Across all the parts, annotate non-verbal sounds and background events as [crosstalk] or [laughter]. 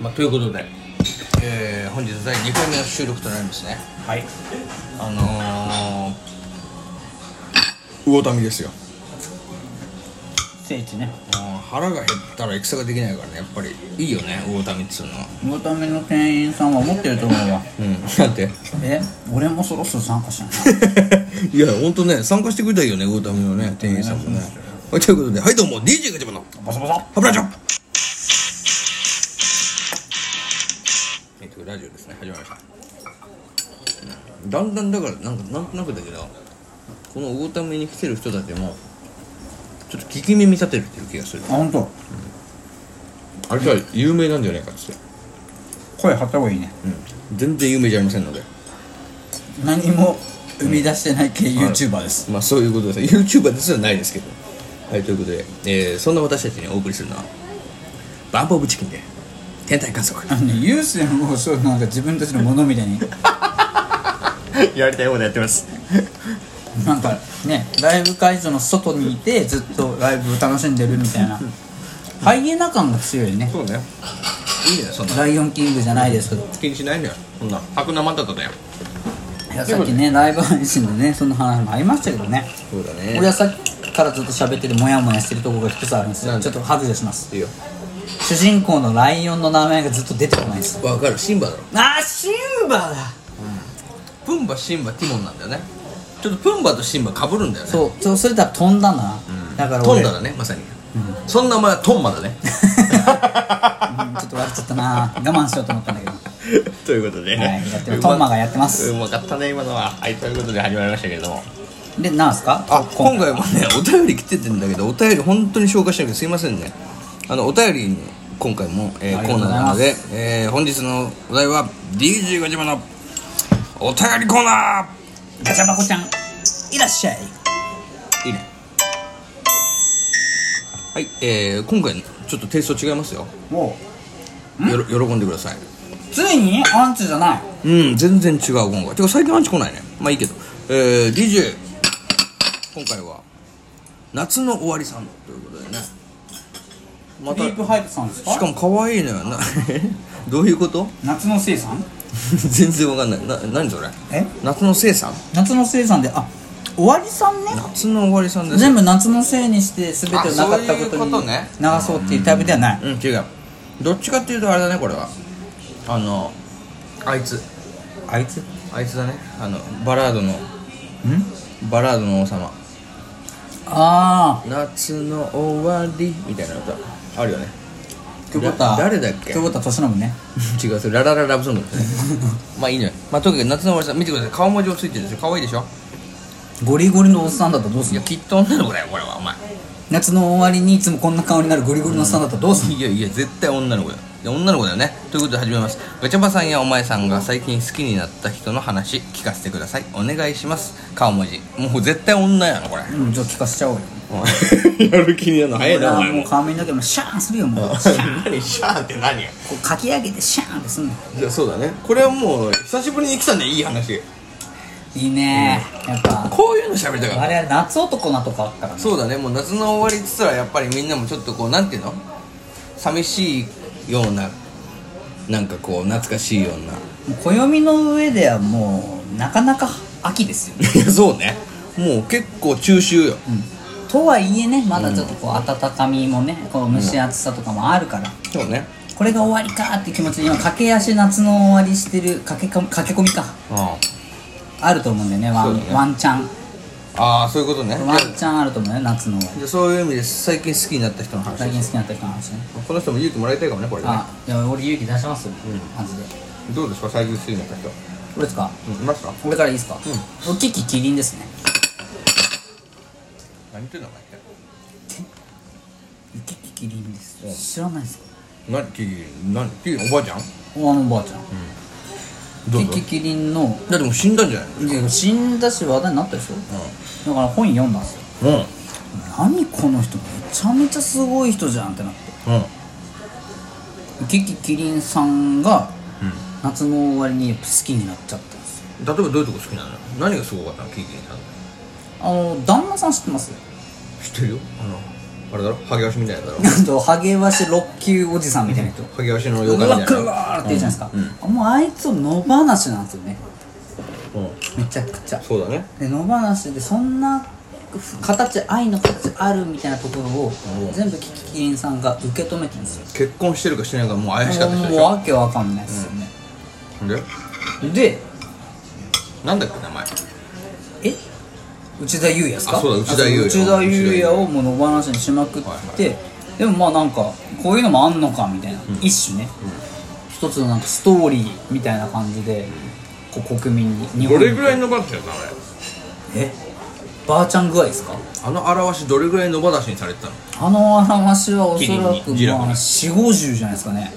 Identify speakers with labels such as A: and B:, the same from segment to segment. A: まあ、ということで、えー本日第2回目の収録となりますね
B: はい
A: あのー、魚民ですよ
B: 聖地ね
A: もう腹が減ったら戦ができないからねやっぱりいいよね魚民っつうのは
B: 魚ための店員さんは思ってると思うわ
A: うんだって
B: え俺もそろそろ参加しない
A: [laughs] いやほんとね参加してくれたらいいよね魚民のね店員さんもねはいということではいどうも DJ ガチャマンの
B: [laughs] バサバサ
A: ハブラジオえっとラジオですね始まりましたうんだんだんだからなんかなんとなくだけどこの魚民に来てる人たちもちょっと聞き耳立てるっていう気がする
B: あ本当。
A: あれは有名なんじゃないかっつって、
B: 声張った方がいいね
A: うん、全然有名じゃありませんので
B: 何も生み出してない系 YouTuber です
A: まあそういうことです YouTuber ですらないですけどはいということで、えーそんな私たちにお送りするのはバンプオブチキンで天体観測
B: あのねユースでもそうなんか自分たちのものみたい [laughs] に
A: [laughs] やりたいことやってます
B: なんかねライブ会場の外にいてずっとライブを楽しんでるみたいなハイエナ感が強いよね
A: そうねいいねそんな
B: ライオンキングじゃないですけど
A: 気にしないのよそんな白生だっただよ
B: いやさっきねライブ配信でねその話もありましたけどね
A: そうだ
B: 俺
A: ね
B: はさっきからずっと喋っててモヤモヤしてるところが一つあるんです
A: な
B: よ
A: んで
B: ちょっと白状します
A: いいよ
B: 主人公のライオンの名前がずっと出てこないんです
A: わかるシンバだろ
B: あーシンバだ
A: プンバシンバティモンなんだよねちょっとプンバとシンバかぶるんだよね
B: そうそうそれだら飛んだんだな、だから
A: ト
B: 俺
A: ンダだねまさに、そんなお前はトンマだね
B: うんちょっと笑っちゃったな我慢しようと思ったん
A: [laughs]
B: だけど
A: [laughs] ということで、
B: はいやってますトンマがやってます
A: うまかったね今のははいということで始まりましたけれども
B: でなんすか
A: あ今回もねお便り来ててんだけどお便り本当に紹介しなくてすいませんねあのお便りに今回も、えー
B: あり
A: コ
B: がと
A: ー
B: う
A: ナ
B: ご
A: ー
B: ざ
A: な
B: いま
A: の
B: す
A: で、えー本日のお題は DJ ガチャマのお便りコーナ
B: ガチャバコちゃんいらっしゃい
A: ーいいねはい、えー、今回ちょっとテイスト違いますよ
B: も
A: よろ喜んでくださいう
B: ついにアンチじゃない
A: うん全然違う今回てか最近アンチ来ないねまあいいけどえー、DJ 今回は夏の終わりさんということでねま
B: ディープハイプさんですか
A: しかも可愛いのよな [laughs] どういうこと [laughs]
B: 夏のせいさん
A: 全然わかんないな何それ
B: え
A: 夏のせいさん
B: 夏のせいさんであ終わりさんね
A: 夏の終わりさんです
B: 全部夏のせいにして全てをなかったこ
A: あそう
B: と
A: いう
B: に
A: ことね
B: 流そうっていうタイプではない
A: うん違うどっちかっていうとあれだねこれはあのあいつ
B: あいつん
A: あいつだねあのバラードのバラードの王様
B: あ
A: 夏の終わりみたいな歌あるよね
B: あということは
A: だ誰だっけ
B: ということは年のもね
A: 違うそれララララブソング [laughs] ですねまあいいんじゃないまあとにかく夏の終わりさん見てください顔文字もついてるでしょ可愛いでしょ
B: ゴリゴリのおっさんだったらどうす
A: い
B: ん
A: や
B: の
A: きっと女の子だよこれはお前
B: 夏の終わりにいつもこんな顔になるゴリゴリのおっさんだったらどうすんの
A: いやいや絶対女の子だよいや女の子だよねということで始めますガチャバさんやお前さんが最近好きになった人の話聞かせてくださいお願いします顔文字もう絶対女やなこれ
B: うんじゃあ聞かせちゃおうよ
A: [laughs] やる気になるの [laughs]
B: 俺はもう髪の毛もシャーンするよもうシャーン
A: 何シャーって何や
B: こうかき上げてシャーンってすんの
A: いやそうだねこれはもう久しぶりに来たんでいい話
B: いいねやっぱ
A: こういうの喋りたか
B: あ
A: っ
B: れは夏男なとこあったから
A: た
B: ね
A: そうだねもう夏の終わりっつったらやっぱりみんなもちょっとこうなんていうの寂しいようななんかこう懐かしいような [laughs]
B: もう暦の上ではもうなかなか秋ですよ
A: いやそうねもう結構中秋よ
B: とはいえねまだちょっとこう温かみもねこう蒸し暑さとかもあるから、
A: そうね
B: これが終わりかって気持ちで今駆け足夏の終わりしてる駆けか駆け込みか
A: あ
B: あると思うんだよねワ
A: そう
B: ン
A: だね
B: ワンチャン
A: あーそういうことね
B: ワンチャンあると思うよ夏の終わり
A: じゃあそういう意味で最近好きになった人の話
B: 最近好きになった人の話ね
A: この人も勇気もらいたいかもねこれね
B: あいや俺勇気出しますよ、マジで
A: どうですか最近好きになった人、
B: 俺ですか
A: うん、いますか
B: 俺からいいですか、
A: うん
B: おききキリンですね
A: 何言ってんのお前って
B: ウキキキリンです、知らないですか
A: 何キリ何キリおばあちゃん
B: おあのおばあちゃん、
A: どう
B: ウ
A: ぞ
B: キキキリンの
A: だってもう死んだんじゃないの
B: いや死んだし話題になったでしょ、だから本読んだんですよ
A: うんうん
B: 何この人めちゃめちゃすごい人じゃんってなってウキキキリンさんが夏の終わりに好きになっちゃったんですよ
A: 例えばどういうとこ好きなの何がすごかったのキリキリさんの
B: あの旦那さん知ってます
A: 知ってるよあのあれだろハゲワシみたいなやつだろ
B: [laughs] あとハゲワシ6級おじさんみたいな人
A: ハゲワシの
B: う
A: 妖怪
B: わ
A: み
B: く
A: たいな
B: わーって言うじゃないですか、もうあいつを野放しなんですよね
A: うん
B: めちゃくちゃ
A: そうだね
B: で野放しでそんな形愛の形あるみたいなところを
A: うん
B: 全部キキキリンさんが受け止めてるんですよ
A: 結婚してるかしてないかもう怪しかった人で
B: も
A: し
B: う
A: ょ
B: わけわかんないですよね、
A: で
B: で
A: なんだっけ名前
B: え内田優也ですか
A: あそうだ内田裕也
B: あそう内田裕也をもう野放しにしまくって、
A: はい
B: でもまあなんかこういうのもあんのかみたいな、一種ね、一つのなんかストーリーみたいな感じでこう国民に日
A: どれぐら
B: い
A: い伸ばしてたのあれ
B: えばあちゃん具合ですか
A: あの表しどれぐらい野放しにされてたの
B: あの話はおそ
A: キ
B: らく
A: リンにジラフ
B: まあ
A: に
B: 4 5 0じゃないですかね、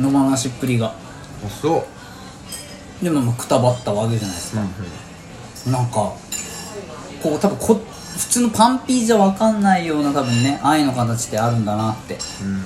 B: 野放しっぷりが
A: あそう
B: でもまあくたばったわけじゃないですか、なんかこう多分こ普通のパンピーじゃ分かんないような多分ね愛の形ってあるんだなって
A: うん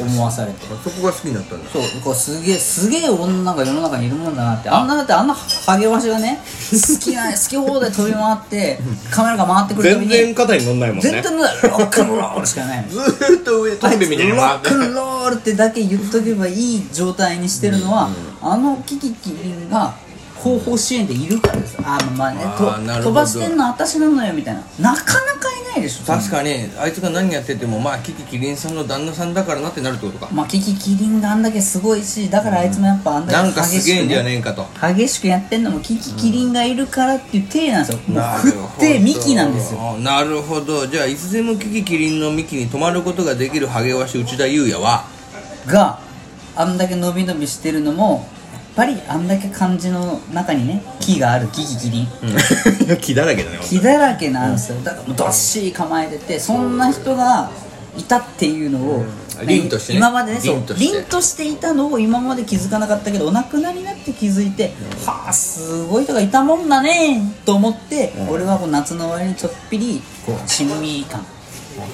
B: 思わされて
A: あそこが好きになったんだ
B: そうこうすげえすげえ女が世の中にいるもんだなってあんなだってあんなハゲワシがね好きな好き放題飛び回ってカメラが回ってくるたびに
A: 肩に乗んないもん
B: 全然なんだロックンロールしかないの
A: ずーっと上トンビみたいに
B: ロ
A: 回
B: ッ
A: って
B: クンロールってだけ言っとけばいい状態にしてるのは、あのキキキリンが後方支援でいるからですあまあね
A: あー
B: と
A: なるほ
B: 飛
A: ど
B: ばしてんの私なのよみたいななかなかいないでしょそんな
A: 確かにあいつが何やっててもまあキキキリンさんの旦那さんだからなってなるってことか
B: まあキキキリンがあんだけすごいしだからあいつもやっぱあんだ
A: なん
B: け
A: か
B: 激
A: す
B: し
A: げえ
B: く、
A: んじゃね
B: ね
A: えかと
B: 激しくやってんのもキキキリンがいるからっていう体なんですよ、もう
A: なる
B: 振
A: ほど
B: ってミキなんですよ
A: あなるほどじゃあいつでもキキキリンの幹に止まることができるハゲワシ内田裕也は
B: があんだけ伸び伸びしてるのもやっぱりあんだけ漢字の中にね木があるキキキリン
A: [laughs] 木だらけだね
B: 木だらけなんですよだからもうどっしり構えててそんな人がいたっていうのを、
A: うん凛としてね
B: 今までねそう
A: 凛として
B: 凛としていたのを今まで気づかなかったけどお亡くなりになって気づいて、はあすごい人がいたもんだねと思って、俺はこう夏の終わりにちょっぴりこう親身感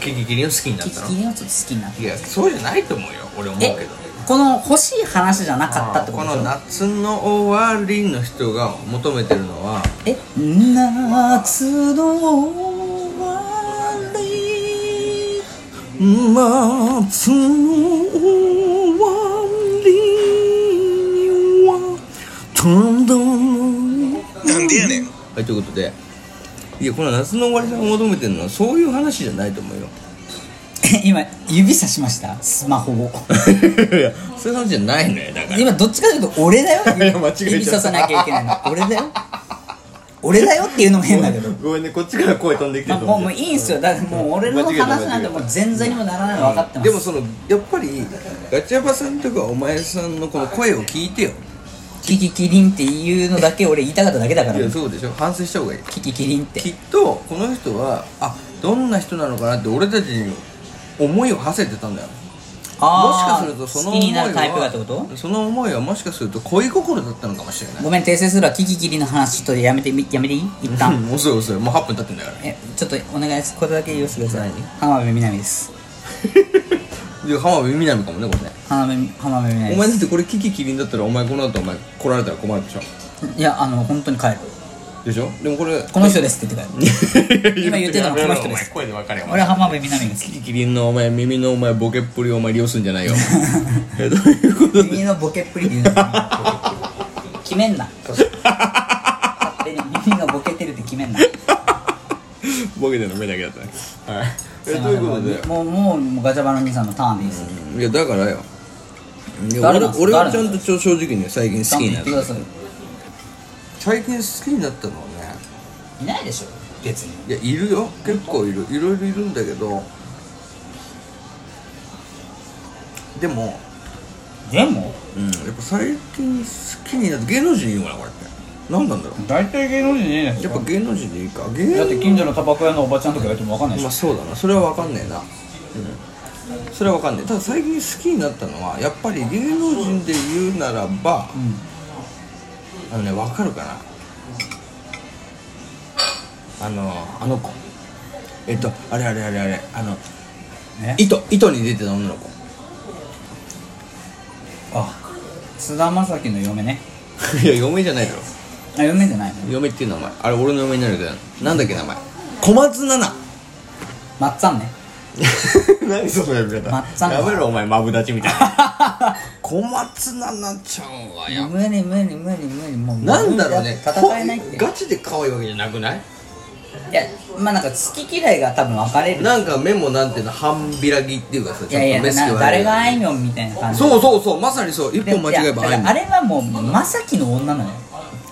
A: キキキリンを好きになっ
B: キキ
A: た
B: キ
A: の
B: リンをちょっと好きになって
A: いやそうじゃないと思うよ俺思う
B: え
A: けど
B: この欲しい話じゃなかったってこ
A: こと
B: でし
A: の
B: ょ
A: 夏の終わりの人が求めてるのは
B: え夏の終わり
A: 夏の終わりにはただの
C: なんでやねん。
A: はいということでいやこの夏の終わりさんが求めてるのはそういう話じゃないと思うよ
B: [laughs] 今指さしましたスマ
A: [laughs]
B: ホを
A: いやそういう話じゃないのよだから
B: 今どっちかというと俺だよ
A: [laughs] いや間違えちゃった
B: 指ささなきゃいけないの俺だよ俺だよっていうのも変
A: [laughs]
B: だけど
A: ごめんねこっちから声飛んできて
B: まあ
A: ると
B: も
A: 思
B: う
A: う
B: もういいんすよだからもう俺の話なんてもう全然にもならないの分かってます
A: でもそのやっぱりガチャバさんとかお前さんのこの声を聞いてよ
B: キキキリンっていうのだけ俺言いたかっただけだから
A: いやそうでしょ反省した方がいい
B: キキキリンって
A: きっとこの人はあどんな人なのかなって俺たちに思いを馳せてたんだよもしか
B: ああ
A: するとその
B: 好き
A: 思い
B: になるタイプがってこと
A: はその思いはもしかすると恋心だったのかもしれない
B: ごめん訂正するわキキキリンの話ちょっとやめてみやめていい一旦
A: うん遅い遅い [laughs] もう8分経ってん
B: [laughs]
A: だから
B: えちょっとお願いですこれだけ許してください浜辺美波です
A: で浜辺美波かもねこれね
B: 浜辺浜辺美
A: お
B: 波で
A: 前だ
B: す
A: ってこれキキキリンだったらお前この後お前来られたら困るでしょ
B: いやあの本当に帰る
A: でしょでもこれ [laughs]
B: この人ですって言って帰る今言ってたのこの人です
A: お前声で分かれよお前
B: 俺は浜辺美波が好
A: キ
B: き
A: キキリンのお前耳のお前ボケっぷりをお前利用すんじゃ
B: [laughs]
A: ないよえどういうことで
B: 耳のボケっぷりって言うんですよ決めんな勝手に耳がボケてるって決めんな
A: ボケてるの目だけだったねはいえ
B: すい
A: ど
B: ま
A: うい
B: せ
A: うんことで
B: もうもうもうガチャバの兄さんのターンでいいです
A: いやだからよいや
B: 誰
A: 俺
B: なんすか
A: 俺はち
B: 誰
A: ゃ
B: なん
A: んとちょ正直に最近
B: ちゃ
A: 好
B: ん
A: き
B: と
A: に
B: 言
A: な
B: って
A: った
B: ください
A: 最近好きになったのはね
B: いないでしょ別に
A: いやいるよ結構いるいろいろいるんだけどでも、
B: でも
A: うん、やっぱ最近好きになった芸能人いいのかなこれって何なんだろ
B: 大体芸能人じゃないで
A: うやっぱ芸能人でいいか芸
B: だ
A: 能
B: って近所のタバコ屋のおばちゃんとか言われても分かんないでし
A: ま
B: ょ
A: あそうだなそれは分かんねえなうんそれは分かんねえただ最近好きになったのはやっぱり芸能人で言うならば、
B: ん
A: あのね分かるかなあのあの子えっとあれあれあれあれあの
B: え
A: 糸糸に出てた女の子 [laughs]
B: あ菅田将暉の嫁ね
A: いや嫁じゃないだろ
B: あ嫁じゃないの
A: 嫁っていう名前あれ俺の嫁になるけどなんだっけ名前小松菜奈
B: まっつぁんね
A: [laughs] 何その呼び方
B: まっつぁん
A: や
B: は
A: めろお前マブダチみたいな [laughs] 小松菜奈ちゃんはや
B: 無理無理無理無理もう
A: なんだろうね
B: 戦えないってい
A: ガチで可愛いわけじゃなくない
B: やまあなんか好き嫌いが多分分かれる
A: なんか目もなんていうの半開きっていうかさ
B: いやいや
A: 目つき
B: な
A: 悪
B: 誰があいみょんみたいな感じ
A: そうそうそうまさにそう一
B: で
A: 本間違えば
B: い
A: あ
B: や
A: いみ
B: だからあれはもうまさきの女なのよ
A: ょ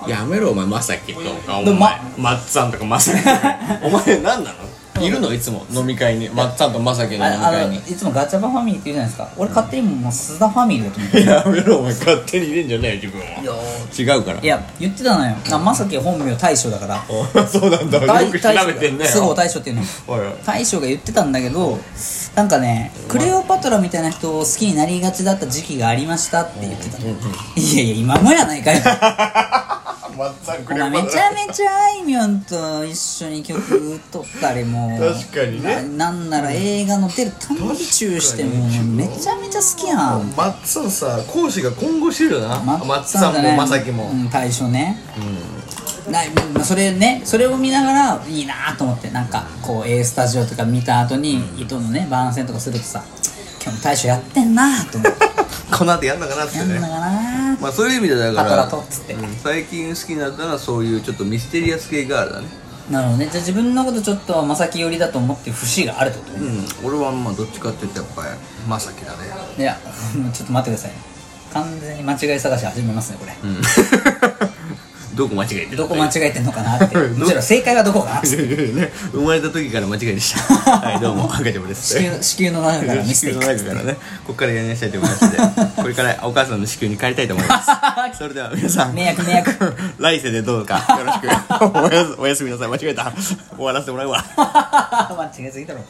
A: んやめろお前まさきとかお
B: で
A: 前
B: も
A: まっつぁんとかまさきとかお前何なのいるのいつも飲み会にまっつぁんとまさきの飲み
B: ああ
A: 会
B: の
A: に
B: いつもガチャバファミリーって言うじゃないですか俺勝手にもう須田ファミリーだと思って
A: やめろお前勝手に入れんじゃないよ自分
B: い
A: は
B: や
A: 違うから
B: いや言ってたのよなまさき本名大将だから
A: そうなんだよく調べてんね
B: すごい大将っていうの
A: おいおい
B: 大将が言ってたんだけどなんかねクレオパトラみたいな人を好きになりがちだった時期がありましたって言ってたのいやいや今もやないかよ
A: まっさん
B: お前めちゃめちゃあいみょんと一緒に曲撮ったりも
A: 確かにね
B: ななんなら映画の出るたんびチューしても
A: 確かに
B: めちゃめちゃ好きやん
A: マッツンさ講師が混合してるよなマッツ
B: さ
A: さ
B: ん
A: ん
B: じゃ
A: も
B: ない
A: まさきも
B: うん、大将ねなまあそれねそれを見ながらいいなと思ってなんかこう A スタジオとか見た後に伊藤のね番宣とかするとさ今日も大将やってんなと思って
A: この後やんのかなって
B: やんのか
A: ね [laughs]
B: な
A: まあそういう意味でだか
B: パトラ
A: ら
B: とっつって
A: うん最近好きになったのはそういうちょっとミステリアス系ガールだね
B: なるほどねじゃあ自分のことちょっと正木寄りだと思ってる節があるってこと
A: う
B: ね、
A: ん俺はまあどっちかって言ったらやっぱりまさきだね
B: [laughs] いやちょっと待ってください完全に間違い探し始めますねこれ、
A: うんどこ間違えてる
B: どこ間違えてんのかなって
A: ど
B: むしろ正解はどこかな
A: いやいやいやね [laughs] 生まれた時から間違えで
B: [laughs]
A: したはいどうも赤ちゃんです
B: 子宮子宮の中から見
A: 子
B: せて
A: 宮
B: い
A: の
B: く
A: 中からね [laughs] ここからやりなさいと思いますのでこれからお母さんの子宮に帰りたいと思います
B: [laughs]
A: それでは皆さん
B: 迷惑迷惑
A: [laughs] 来世でどうか
B: [laughs]
A: よろしくおやすおやすみなさい間違えた終わらせてもらうわ
B: [laughs] 間違えすぎだろ